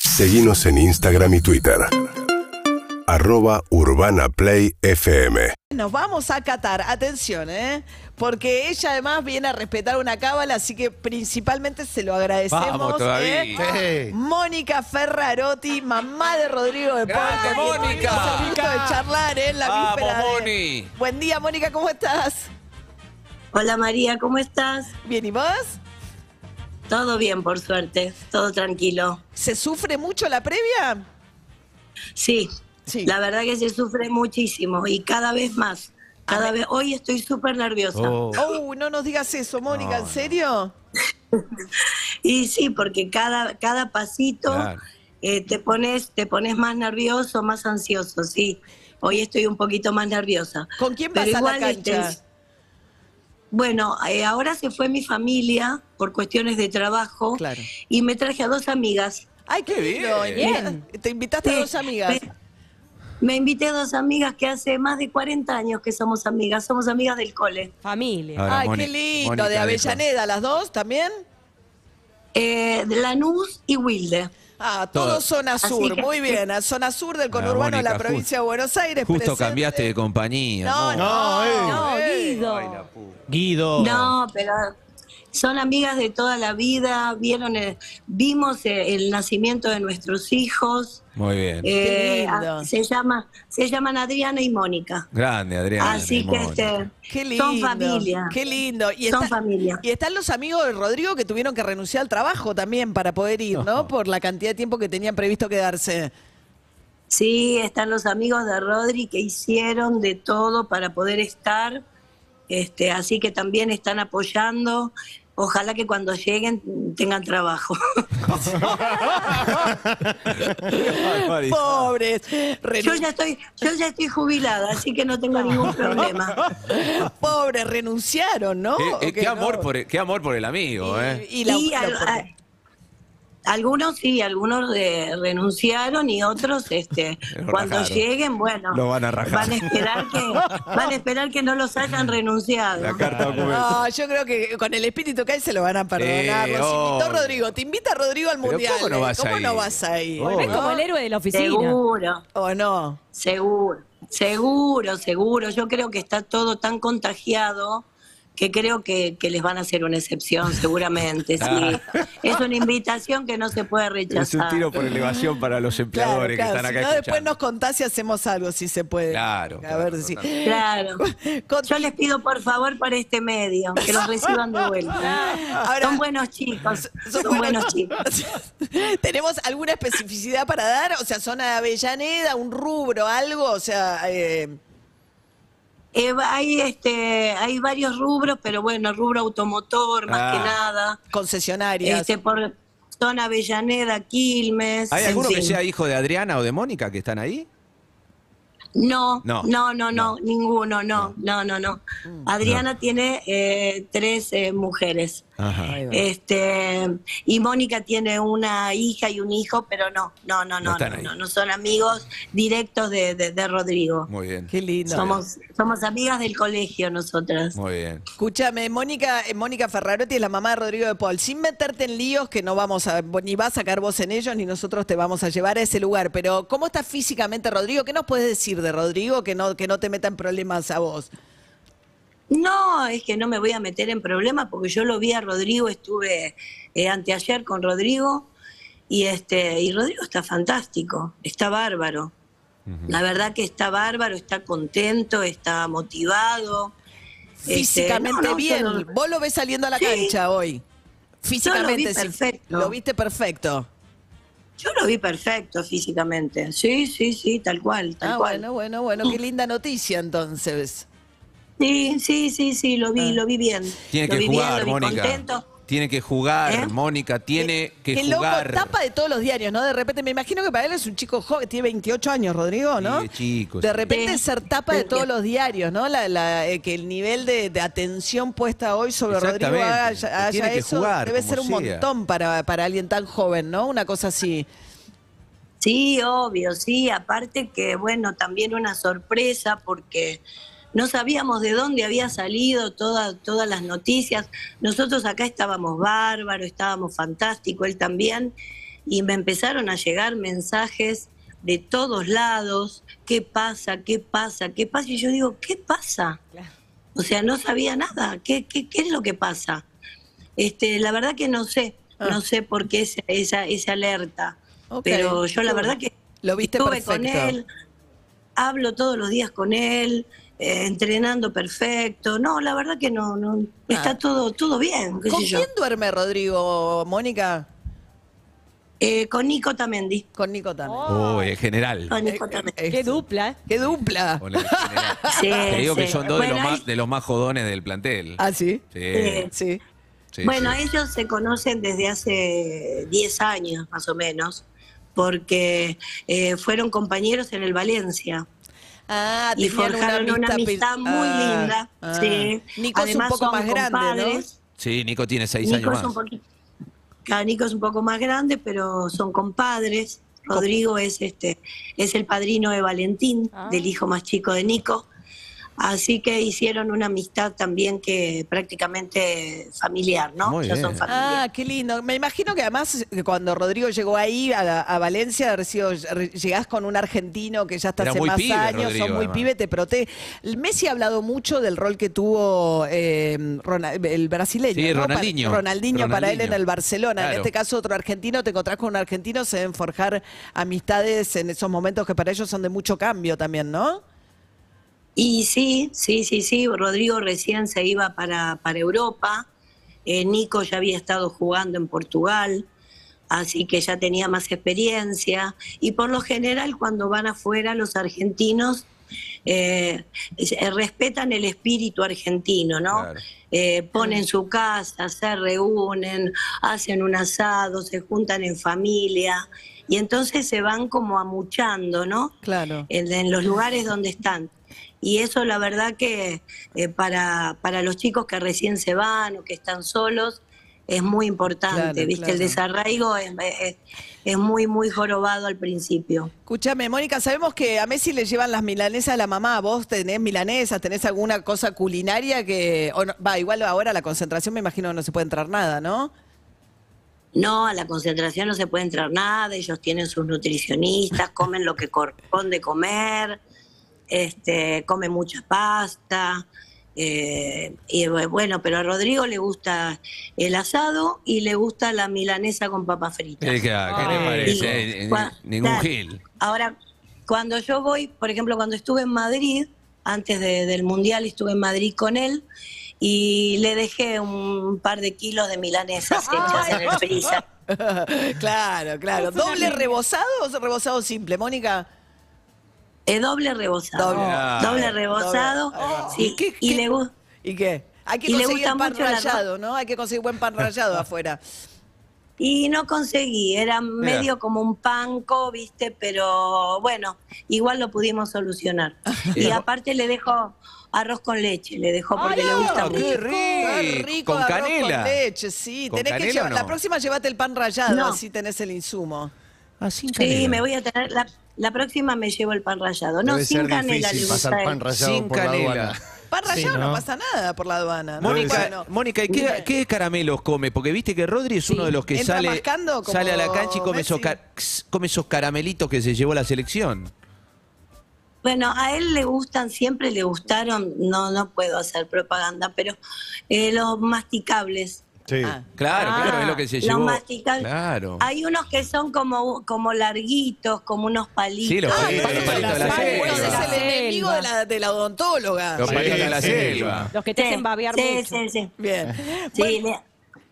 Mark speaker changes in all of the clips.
Speaker 1: Seguimos en Instagram y Twitter. Arroba Urbana Play FM.
Speaker 2: Nos vamos a Qatar, atención, ¿eh? Porque ella además viene a respetar una cábala, así que principalmente se lo agradecemos.
Speaker 3: Vamos todavía.
Speaker 2: ¿eh? Mónica Ferrarotti, mamá de Rodrigo de
Speaker 3: Grande,
Speaker 2: Paca, que
Speaker 3: Mónica.
Speaker 2: tuvimos el gusto de charlar ¿eh? en la
Speaker 3: Vamos,
Speaker 2: víspera de-
Speaker 3: Moni.
Speaker 2: Buen día, Mónica, ¿cómo estás?
Speaker 4: Hola María, ¿cómo estás?
Speaker 2: ¿Bien y vos?
Speaker 4: Todo bien, por suerte, todo tranquilo.
Speaker 2: ¿Se sufre mucho la previa?
Speaker 4: Sí,
Speaker 2: Sí.
Speaker 4: la verdad que se sufre muchísimo y cada vez más. Cada vez, hoy estoy súper nerviosa.
Speaker 3: Oh.
Speaker 2: Oh, no nos digas eso, Mónica, ¿en serio?
Speaker 4: Y sí, porque cada, cada pasito
Speaker 3: Claro.
Speaker 4: eh, te, pones, te pones más nervioso, más ansioso, sí. Hoy estoy un poquito más nerviosa.
Speaker 2: ¿Con quién
Speaker 4: Pero
Speaker 2: vas a la
Speaker 4: igual, este,
Speaker 2: cancha?
Speaker 4: Bueno, eh, ahora se fue mi familia por cuestiones de trabajo
Speaker 2: Claro.
Speaker 4: y me traje a dos amigas.
Speaker 2: Ay, qué
Speaker 3: Qué
Speaker 2: lindo.
Speaker 3: bien.
Speaker 2: Te invitaste a
Speaker 4: Sí,
Speaker 2: dos amigas.
Speaker 4: Me, me invité a dos amigas que hace más de 40 años que somos amigas, somos amigas del cole.
Speaker 5: Familia.
Speaker 3: Ahora,
Speaker 2: Ay,
Speaker 3: Moni-
Speaker 2: qué lindo.
Speaker 3: Mónica
Speaker 2: de
Speaker 3: dijo,
Speaker 2: Avellaneda, las dos también.
Speaker 4: Eh, Lanús y Wilde.
Speaker 2: Ah, todo,
Speaker 3: Todo. Ah,
Speaker 2: zona
Speaker 4: Así
Speaker 2: sur,
Speaker 4: que-
Speaker 2: muy bien. a zona sur del conurbano de
Speaker 3: Mónica,
Speaker 2: la provincia
Speaker 3: justo-
Speaker 2: de Buenos Aires.
Speaker 3: Justo
Speaker 2: presente.
Speaker 3: cambiaste de compañía.
Speaker 2: No,
Speaker 3: Moni.
Speaker 2: no,
Speaker 6: eh.
Speaker 5: No,
Speaker 2: eh.
Speaker 5: Guido.
Speaker 2: Oh.
Speaker 6: Guido.
Speaker 4: No, pero son amigas de toda la vida, vieron el- vimos eh, el, nacimiento de nuestros hijos.
Speaker 3: Muy bien.
Speaker 2: Qué
Speaker 4: Eh,
Speaker 2: lindo.
Speaker 4: a- se, llama, se llaman Adriana y Mónica.
Speaker 3: Grande, Adrián.
Speaker 4: Así que
Speaker 3: Mónica.
Speaker 4: este,
Speaker 2: Qué lindo.
Speaker 4: son familia.
Speaker 2: Qué lindo. Y
Speaker 4: Son
Speaker 2: está-
Speaker 4: familia.
Speaker 2: Y están los amigos de Rodrigo que tuvieron que renunciar al trabajo también para poder ir, ¿no? Por la cantidad de tiempo que tenían previsto quedarse.
Speaker 4: Sí, están los amigos de Rodri que hicieron de todo para poder estar, este, así que también están apoyando. Ojalá que cuando lleguen tengan trabajo.
Speaker 2: Pobres. renun-
Speaker 4: Yo ya estoy, yo ya estoy jubilada, así que no tengo ningún problema.
Speaker 2: Pobres, renunciaron, ¿no?
Speaker 3: Eh,
Speaker 2: ¿O
Speaker 3: eh,
Speaker 2: que
Speaker 3: qué, amor
Speaker 2: no?
Speaker 3: por el, qué amor por el amigo, ¿eh?
Speaker 2: Y, y la,
Speaker 4: Y
Speaker 2: la
Speaker 4: al-
Speaker 2: oportunidad.
Speaker 4: a- algunos sí, algunos eh, renunciaron y otros, este,
Speaker 3: Lo
Speaker 4: cuando
Speaker 3: rajaron.
Speaker 4: lleguen, bueno,
Speaker 3: Lo van a rajar.
Speaker 4: van a esperar que, van a esperar que no los hayan renunciado.
Speaker 2: No, yo creo que con el espíritu que hay se lo van a perdonar.
Speaker 3: Eh,
Speaker 2: Los invitó
Speaker 3: obvio.
Speaker 2: Rodrigo, te invita Rodrigo al
Speaker 3: Pero
Speaker 2: mundial.
Speaker 3: ¿cómo no
Speaker 2: ¿eh?
Speaker 3: vas a ir?
Speaker 2: no vas a ir?
Speaker 3: Obvio.
Speaker 5: No es como el héroe de la oficina.
Speaker 4: Seguro.
Speaker 2: ¿O no?
Speaker 4: Seguro, seguro, seguro. Yo creo que está todo tan contagiado que creo que, que les van a hacer una excepción, seguramente. sí. Es una invitación que no se puede
Speaker 3: Ah. Es un
Speaker 4: rechazar.
Speaker 3: tiro por elevación para los
Speaker 2: Claro,
Speaker 3: empleadores
Speaker 2: claro.
Speaker 3: que
Speaker 2: Si
Speaker 3: están acá
Speaker 2: no, después
Speaker 3: escuchando.
Speaker 2: nos contás si hacemos algo, si se puede.
Speaker 3: Claro,
Speaker 2: A
Speaker 3: claro,
Speaker 2: ver si.
Speaker 4: Claro.
Speaker 2: Coti,
Speaker 4: Yo les pido por favor para este medio que los reciban de vuelta.
Speaker 2: ahora,
Speaker 4: Son buenos chicos,
Speaker 2: son
Speaker 4: son buenos
Speaker 2: buenos-
Speaker 4: chicos.
Speaker 2: ¿Tenemos alguna especificidad para dar? O sea, zona de Avellaneda, un rubro, algo. O sea, eh,
Speaker 4: Eh, hay este, hay varios rubros, pero bueno, rubro automotor más
Speaker 3: Ah.
Speaker 4: que nada.
Speaker 2: concesionarias.
Speaker 4: Este por zona Avellaneda, Quilmes.
Speaker 3: ¿Hay
Speaker 4: en
Speaker 3: alguno que
Speaker 4: fin.
Speaker 3: sea hijo de Adriana o de Mónica que están ahí?
Speaker 4: No,
Speaker 3: No.
Speaker 4: no, no, no, ninguno, no, no, no, no. Adriana tiene eh, tres eh, mujeres.
Speaker 3: Ajá.
Speaker 2: Ahí va.
Speaker 4: Este, y Mónica tiene una hija y un hijo, pero no, no,
Speaker 3: No
Speaker 4: no, no, no,
Speaker 3: están
Speaker 4: no,
Speaker 3: ahí.
Speaker 4: no son amigos directos de, de- de Rodrigo.
Speaker 3: Muy bien.
Speaker 2: Qué lindo.
Speaker 4: Somos, somos amigas del colegio nosotras.
Speaker 3: Muy bien.
Speaker 2: Escúchame, Mónica, eh, Mónica Ferrarotti es la mamá de Rodrigo de Paul. Sin meterte en líos que no vamos a, ni vas a sacar vos en ellos, ni nosotros te vamos a llevar a ese lugar. Pero, ¿cómo está físicamente Rodrigo? ¿Qué nos puedes decir de Rodrigo que no, que no te meta en problemas a vos?
Speaker 4: No, es que no me voy a meter en problemas porque yo lo vi a Rodrigo, estuve eh, anteayer con Rodrigo y este y Rodrigo está fantástico, está bárbaro. La verdad que está bárbaro, está contento, está motivado. Este,
Speaker 2: Físicamente
Speaker 4: no, no,
Speaker 2: bien.
Speaker 4: yo lo-
Speaker 2: Vos lo ves saliendo a la cancha hoy. Físicamente, sí.
Speaker 4: perfecto.
Speaker 2: Lo viste perfecto.
Speaker 4: yo lo vi perfecto físicamente. Sí, sí, sí, tal cual, tal
Speaker 2: Ah,
Speaker 4: cual.
Speaker 2: bueno, bueno, bueno. Qué linda noticia entonces.
Speaker 4: Sí, sí, sí, sí, lo
Speaker 2: Ah.
Speaker 4: vi, lo vi bien.
Speaker 3: Tiene
Speaker 4: lo
Speaker 3: que
Speaker 4: vi
Speaker 3: jugar,
Speaker 4: bien, lo vi
Speaker 3: Mónica.
Speaker 4: contento.
Speaker 3: Tiene que jugar,
Speaker 4: ¿Eh?
Speaker 3: Mónica. Tiene que
Speaker 2: Qué
Speaker 3: jugar.
Speaker 2: loco, tapa de todos los diarios, ¿no? De repente, me imagino que para él es un chico joven, tiene 28 años, Rodrigo, ¿no?
Speaker 3: Sí, chico,
Speaker 2: De
Speaker 3: sí.
Speaker 2: repente
Speaker 4: Sí.
Speaker 2: ser tapa de todos los diarios, ¿no? La, la, eh, que el nivel de, de atención puesta hoy sobre Rodrigo
Speaker 3: Exactamente.
Speaker 2: haga-
Speaker 3: Que
Speaker 2: haya,
Speaker 3: tiene que
Speaker 2: eso
Speaker 3: jugar,
Speaker 2: debe
Speaker 3: como
Speaker 2: ser un
Speaker 3: sea.
Speaker 2: montón para, para alguien tan joven, ¿no? Una cosa así.
Speaker 4: Sí, obvio, sí. Aparte que, bueno, también una sorpresa porque no sabíamos de dónde había salido toda- todas las noticias. Nosotros acá estábamos bárbaro, estábamos fantástico, él también. y me empezaron a llegar mensajes de todos lados, ¿qué pasa? ¿Qué pasa? ¿Qué pasa? Y yo digo, ¿qué pasa? O sea, no sabía nada. ¿Qué, qué, qué es lo que pasa? Este, la verdad que no sé, no sé por qué esa, esa, esa alerta.
Speaker 2: Ah. Ok.
Speaker 4: Pero yo la verdad que
Speaker 2: Lo viste
Speaker 4: estuve con
Speaker 2: perfecto.
Speaker 4: él, hablo todos los días con él, eh, entrenando perfecto. No, la verdad que no, no
Speaker 2: Ah.
Speaker 4: está todo, todo bien, qué
Speaker 2: ¿Con
Speaker 4: sé yo.
Speaker 2: quién duerme Rodrigo, Mónica?
Speaker 4: Eh, con Nico Tamendi.
Speaker 2: Con Nico también.
Speaker 3: Oh, el general.
Speaker 4: Con Nico
Speaker 2: Eh,
Speaker 4: Tamendi.
Speaker 2: eh,
Speaker 5: Qué dupla, ¿eh?
Speaker 2: ¡Qué dupla!
Speaker 3: Con el general.
Speaker 4: Sí,
Speaker 3: Te digo que
Speaker 4: sí.
Speaker 3: son dos de,
Speaker 4: Bueno,
Speaker 3: los
Speaker 4: ahí-
Speaker 3: más, de los más jodones del plantel.
Speaker 2: ¿Ah, sí?
Speaker 3: Sí,
Speaker 2: eh, Sí.
Speaker 3: sí,
Speaker 4: bueno,
Speaker 3: sí.
Speaker 4: ellos se conocen desde hace 10 años más o menos, porque eh, fueron compañeros en el Valencia.
Speaker 2: Ah,
Speaker 4: y
Speaker 2: tenían
Speaker 4: forjaron una amistad,
Speaker 2: pe-
Speaker 4: muy
Speaker 2: Ah,
Speaker 4: linda.
Speaker 2: ah.
Speaker 4: sí.
Speaker 2: Nico
Speaker 4: Además,
Speaker 2: es un poco
Speaker 4: son
Speaker 2: más grande,
Speaker 4: compadres.
Speaker 3: Sí, Nico tiene seis
Speaker 4: Nico es
Speaker 3: años
Speaker 4: un
Speaker 3: más.
Speaker 4: poquito. Cada Nico es un poco más grande, pero son compadres. Rodrigo es este, es el padrino de Valentín,
Speaker 5: Ah.
Speaker 4: del hijo más chico de Nico. Así que hicieron una amistad también que prácticamente familiar, ¿no?
Speaker 3: Muy
Speaker 4: Ya son
Speaker 3: bien.
Speaker 2: Ah,
Speaker 4: familia.
Speaker 2: qué lindo. Me imagino que además que cuando Rodrigo llegó ahí a, la- a Valencia, haber sido- re- llegás con un argentino que ya está
Speaker 3: Era
Speaker 2: hace
Speaker 3: muy
Speaker 2: más
Speaker 3: pibe,
Speaker 2: años,
Speaker 3: Rodrigo,
Speaker 2: son muy
Speaker 3: además.
Speaker 2: pibe, te protege. El Messi ha hablado mucho del rol que tuvo eh, Rona- el brasileño.
Speaker 3: Sí,
Speaker 2: ¿no? Para-
Speaker 3: Ronaldinho.
Speaker 2: Ronaldinho para él en
Speaker 3: Ronaldinho.
Speaker 2: el Barcelona. En
Speaker 3: Claro.
Speaker 2: este caso, otro argentino, te encontrás con un argentino, se deben forjar amistades en esos momentos que para ellos son de mucho cambio también, ¿no?
Speaker 4: Y sí, sí, sí, sí. Rodrigo recién se iba para, para Europa. Eh, Nico ya había estado jugando en Portugal, así que ya tenía más experiencia. Y por lo general, cuando van afuera, los argentinos eh, es- eh, respetan el espíritu argentino, ¿no?
Speaker 3: Claro.
Speaker 4: Eh, ponen su casa, se reúnen, hacen un asado, se juntan en familia. Y entonces se van como amuchando, ¿no?
Speaker 2: Claro.
Speaker 4: en, en los lugares donde están. Y eso la verdad que eh, para, para los chicos que recién se van o que están solos es muy importante,
Speaker 2: Claro,
Speaker 4: ¿viste? El
Speaker 2: claro.
Speaker 4: desarraigo es, es- es muy, muy jorobado al principio.
Speaker 2: Escúchame, Mónica, sabemos que a Messi le llevan las milanesas a la mamá. ¿Vos tenés milanesas? ¿Tenés alguna cosa culinaria que.? o no- va, igual ahora la concentración me imagino no se puede entrar nada, ¿no?
Speaker 4: No, a la concentración no se puede entrar nada, ellos tienen sus nutricionistas, comen lo que corresponde comer, este, come mucha pasta. eh, y bu- bueno, pero a Rodrigo le gusta el asado y le gusta la milanesa con papas fritas.
Speaker 3: Eh, ¿Qué, qué te
Speaker 5: Ah.
Speaker 4: Digo,
Speaker 3: parece? Eh, eh,
Speaker 4: cua-
Speaker 3: Ningún
Speaker 4: claro.
Speaker 3: gil.
Speaker 4: Ahora, cuando yo voy, por ejemplo, cuando estuve en Madrid, antes de- del Mundial estuve en Madrid con él y le dejé un par de kilos de milanesas hechas en el freezer.
Speaker 2: claro, claro.
Speaker 5: Es una
Speaker 2: ¿Doble
Speaker 5: linda.
Speaker 2: rebozado o rebozado simple, Mónica?
Speaker 4: Eh, doble rebozado.
Speaker 2: Doble.
Speaker 4: Doble,
Speaker 3: Ah.
Speaker 4: rebozado.
Speaker 2: Doble. Ahí va.
Speaker 4: sí,
Speaker 2: ¿Y qué-
Speaker 4: y
Speaker 2: qué-
Speaker 4: le gusta.
Speaker 2: ¿Y qué? Hay que
Speaker 4: Y le
Speaker 2: conseguir
Speaker 4: gusta
Speaker 2: el pan
Speaker 4: mucho la ro-
Speaker 2: rallado, ¿no? Hay que conseguir buen pan rallado afuera.
Speaker 4: Y no conseguí, era medio como un panco, viste, pero bueno, igual lo pudimos solucionar. Y aparte le dejo arroz con leche, le dejo porque
Speaker 5: ¡Ay,
Speaker 4: le gusta
Speaker 3: ah,
Speaker 4: mucho.
Speaker 3: qué rico!
Speaker 2: Qué rico
Speaker 3: Con
Speaker 2: arroz
Speaker 3: canela.
Speaker 2: Con leche, sí.
Speaker 3: ¿Con
Speaker 2: tenés que
Speaker 3: canela o
Speaker 2: llevar-
Speaker 3: no?
Speaker 2: La próxima llévate el pan rallado,
Speaker 4: No.
Speaker 2: así tenés el insumo.
Speaker 3: Ah,
Speaker 4: Sí, me voy a tener. La, la próxima me llevo el pan rallado. No,
Speaker 6: Debe
Speaker 4: sin
Speaker 6: ser
Speaker 4: canela le
Speaker 6: difícil
Speaker 4: gusta a
Speaker 6: pasar
Speaker 4: él.
Speaker 6: pan rallado
Speaker 3: Sin
Speaker 6: por
Speaker 3: canela.
Speaker 6: la aduana.
Speaker 2: Pan
Speaker 6: Sí,
Speaker 2: rallado no
Speaker 6: ¿no?
Speaker 2: pasa nada por la aduana. ¿no?
Speaker 3: Mónica,
Speaker 2: Bueno.
Speaker 3: Mónica, ¿y qué, qué caramelos come? Porque viste que Rodri es uno de los que
Speaker 2: Entra
Speaker 3: sale,
Speaker 2: mascando como
Speaker 3: sale a la cancha y come esos,
Speaker 2: Messi.
Speaker 3: ca- come esos caramelitos que se llevó la selección.
Speaker 4: Bueno, a él le gustan, siempre le gustaron. No, no puedo hacer propaganda, pero eh, los masticables.
Speaker 6: Sí.
Speaker 2: Ah.
Speaker 3: Claro,
Speaker 5: Ah,
Speaker 3: claro, es lo que se
Speaker 4: los
Speaker 3: llevó.
Speaker 4: masticables.
Speaker 3: Claro.
Speaker 4: Hay unos que son como, como larguitos, como unos palitos.
Speaker 3: Sí, los
Speaker 2: Ah,
Speaker 3: palitos,
Speaker 2: entonces
Speaker 3: los palitos de la
Speaker 5: la
Speaker 2: bueno,
Speaker 5: selva.
Speaker 2: es el
Speaker 3: selva.
Speaker 2: enemigo de la, de la odontóloga.
Speaker 3: Los
Speaker 6: Sí,
Speaker 3: palitos de la
Speaker 6: sí.
Speaker 3: selva.
Speaker 5: los que te hacen babear
Speaker 4: sí,
Speaker 5: mucho.
Speaker 4: sí, sí.
Speaker 2: Bien.
Speaker 4: Sí, le,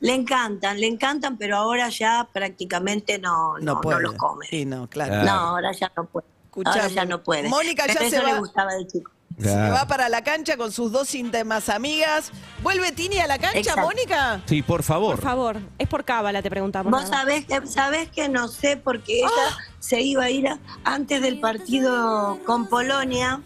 Speaker 4: le encantan, le encantan, pero ahora ya prácticamente no, no, no
Speaker 2: puede.
Speaker 4: los come.
Speaker 2: Sí, no, claro.
Speaker 3: Ah.
Speaker 4: No, ahora ya no puede. Ahora
Speaker 2: Escuchame,
Speaker 4: ya no puede.
Speaker 2: Mónica ya
Speaker 4: Pero
Speaker 2: se
Speaker 4: eso
Speaker 2: va.
Speaker 4: le gustaba de chico.
Speaker 2: Se
Speaker 3: Claro.
Speaker 2: va para la cancha con sus dos íntimas amigas. ¿Vuelve Tini a la cancha,
Speaker 4: Exacto.
Speaker 2: Mónica?
Speaker 3: Sí, por favor.
Speaker 5: Por favor, es por cábala, te preguntamos.
Speaker 4: Vos
Speaker 5: nada ¡Ah! más.
Speaker 4: sabés que, sabés que no sé porque ella se iba a ir a- antes del partido con Polonia,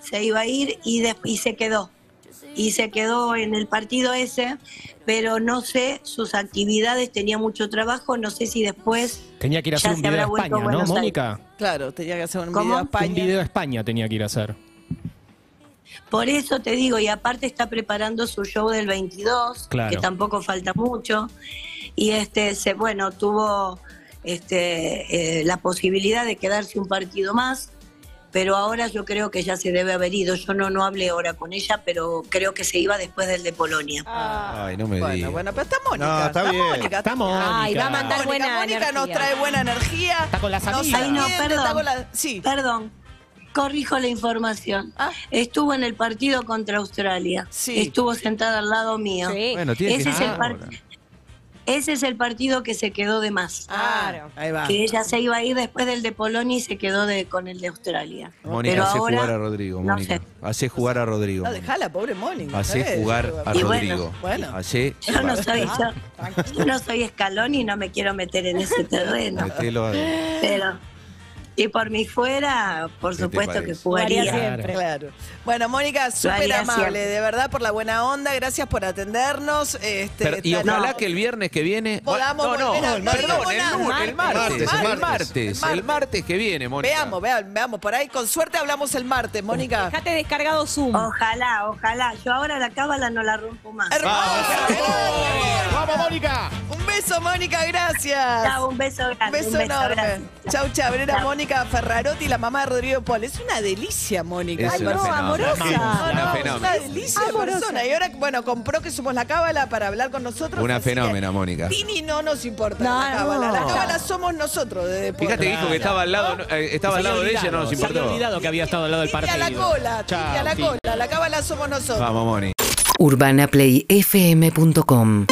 Speaker 4: se iba a ir y, des- y se quedó. Y se quedó en el partido ese, pero no sé, sus actividades, tenía mucho trabajo, no sé si después...
Speaker 7: Tenía que ir a
Speaker 4: Ya
Speaker 7: hacer un
Speaker 4: se
Speaker 7: video a
Speaker 4: habrá vuelto
Speaker 7: España,
Speaker 4: a
Speaker 7: ¿no,
Speaker 4: Buenos
Speaker 7: Mónica?
Speaker 2: Claro, tenía que hacer un
Speaker 4: ¿Cómo?
Speaker 2: video a España.
Speaker 7: Un video a España tenía que ir a hacer.
Speaker 4: Por eso te digo, y aparte está preparando su show del 22,
Speaker 7: Claro.
Speaker 4: que tampoco falta mucho. Y este, se, bueno, tuvo este, eh, la posibilidad de quedarse un partido más, pero ahora yo creo que ya se debe haber ido. Yo no, no hablé ahora con ella, pero creo que se iba después del de Polonia.
Speaker 2: Ah.
Speaker 3: Ay, no me
Speaker 2: Bueno,
Speaker 3: digas.
Speaker 2: bueno, pero está Mónica.
Speaker 6: No, está bien.
Speaker 2: Mónica,
Speaker 7: Está Mónica.
Speaker 5: Ay, va a mandar
Speaker 2: Mónica,
Speaker 5: buena
Speaker 2: Mónica nos
Speaker 5: energía.
Speaker 2: trae buena energía.
Speaker 7: Está con las
Speaker 2: nos
Speaker 7: amigas.
Speaker 4: Ay, no,
Speaker 2: atiende,
Speaker 4: perdón.
Speaker 2: está con la- Sí.
Speaker 4: Perdón, corrijo la información.
Speaker 2: Ah.
Speaker 4: Estuvo en el partido contra Australia.
Speaker 2: Sí.
Speaker 4: Estuvo sentada al lado mío.
Speaker 5: Sí,
Speaker 3: Bueno, tiene que
Speaker 4: Ese es,
Speaker 3: ser
Speaker 4: el par-
Speaker 3: ahora.
Speaker 4: ese es el partido que se quedó de más.
Speaker 5: claro.
Speaker 2: Ah, Ahí va.
Speaker 3: Ah.
Speaker 4: Que ella se iba a ir después del de Polonia y se quedó de, con el de Australia.
Speaker 3: Mónica,
Speaker 4: Pero
Speaker 3: hace
Speaker 4: ahora,
Speaker 3: jugar a Rodrigo,
Speaker 4: no
Speaker 3: Mónica.
Speaker 4: sé.
Speaker 3: Hace jugar a Rodrigo.
Speaker 2: No,
Speaker 3: Mónica.
Speaker 2: dejala, pobre Mónica.
Speaker 3: Hace
Speaker 2: ¿sabes?
Speaker 3: jugar a
Speaker 4: Y bueno,
Speaker 3: Rodrigo.
Speaker 2: bueno.
Speaker 3: Hace
Speaker 4: Yo no
Speaker 3: jugar.
Speaker 4: soy,
Speaker 2: Ah,
Speaker 4: yo, yo no soy escalón y no me quiero meter en ese terreno.
Speaker 3: Metelo a-
Speaker 4: Pero si por mí fuera, por
Speaker 3: ¿Qué te
Speaker 4: supuesto que
Speaker 3: parece?
Speaker 5: Jugaría
Speaker 4: jugaría.
Speaker 5: siempre.
Speaker 2: Claro. Bueno, Mónica, súper
Speaker 4: Gracias.
Speaker 2: amable, de verdad, por la buena onda. Gracias por atendernos. Este,
Speaker 3: Pero- y
Speaker 2: está-
Speaker 3: ojalá
Speaker 2: no,
Speaker 3: que el viernes que viene.
Speaker 2: Podamos
Speaker 3: no, no,
Speaker 2: volver a-
Speaker 3: no,
Speaker 2: no
Speaker 3: perdón,
Speaker 2: digamos
Speaker 3: el,
Speaker 2: nada.
Speaker 3: lunes, el martes,
Speaker 6: Martes,
Speaker 3: el
Speaker 6: martes.
Speaker 3: martes, el martes que viene, Mónica.
Speaker 2: Veamos, veamos, veamos. Por ahí, con suerte hablamos el martes, Mónica.
Speaker 5: Dejate descargado Zoom.
Speaker 4: Oh. Ojalá, ojalá. Yo ahora la cábala no la rompo más.
Speaker 2: Hermosa.
Speaker 7: ¡Vamos, Mónica!
Speaker 2: Un beso, Mónica, gracias.
Speaker 4: Chao, un beso grande.
Speaker 2: Un beso,
Speaker 4: grande.
Speaker 2: enorme. Chau, chau. Era
Speaker 4: Chao.
Speaker 2: Mónica Ferrarotti, la mamá de Rodrigo Paul. Es una delicia, Mónica.
Speaker 3: Es
Speaker 2: Ay,
Speaker 3: una
Speaker 2: no,
Speaker 3: fenómena.
Speaker 2: amorosa. No,
Speaker 5: Sí,
Speaker 3: una
Speaker 2: no, es
Speaker 3: fenómena.
Speaker 2: una delicia de
Speaker 5: Amorosa.
Speaker 2: persona. Y ahora, bueno, compró que somos la cábala para hablar con nosotros.
Speaker 3: Una
Speaker 2: así que
Speaker 3: fenómena, Mónica.
Speaker 2: Tini no nos importa
Speaker 5: No,
Speaker 2: la cábala. La
Speaker 5: no.
Speaker 2: cábala somos nosotros. desde
Speaker 3: Fíjate,
Speaker 2: Puebla.
Speaker 3: dijo que estaba al lado, eh, estaba al lado de ella, no nos
Speaker 7: Se había
Speaker 3: importó.
Speaker 7: olvidado que había estado al lado del
Speaker 2: Tini
Speaker 7: partido.
Speaker 2: a la cola, Tini a la
Speaker 7: Chao, Tini.
Speaker 2: cola. La cábala somos nosotros.
Speaker 3: Vamos, Mónica.
Speaker 8: urbanaplayfm.com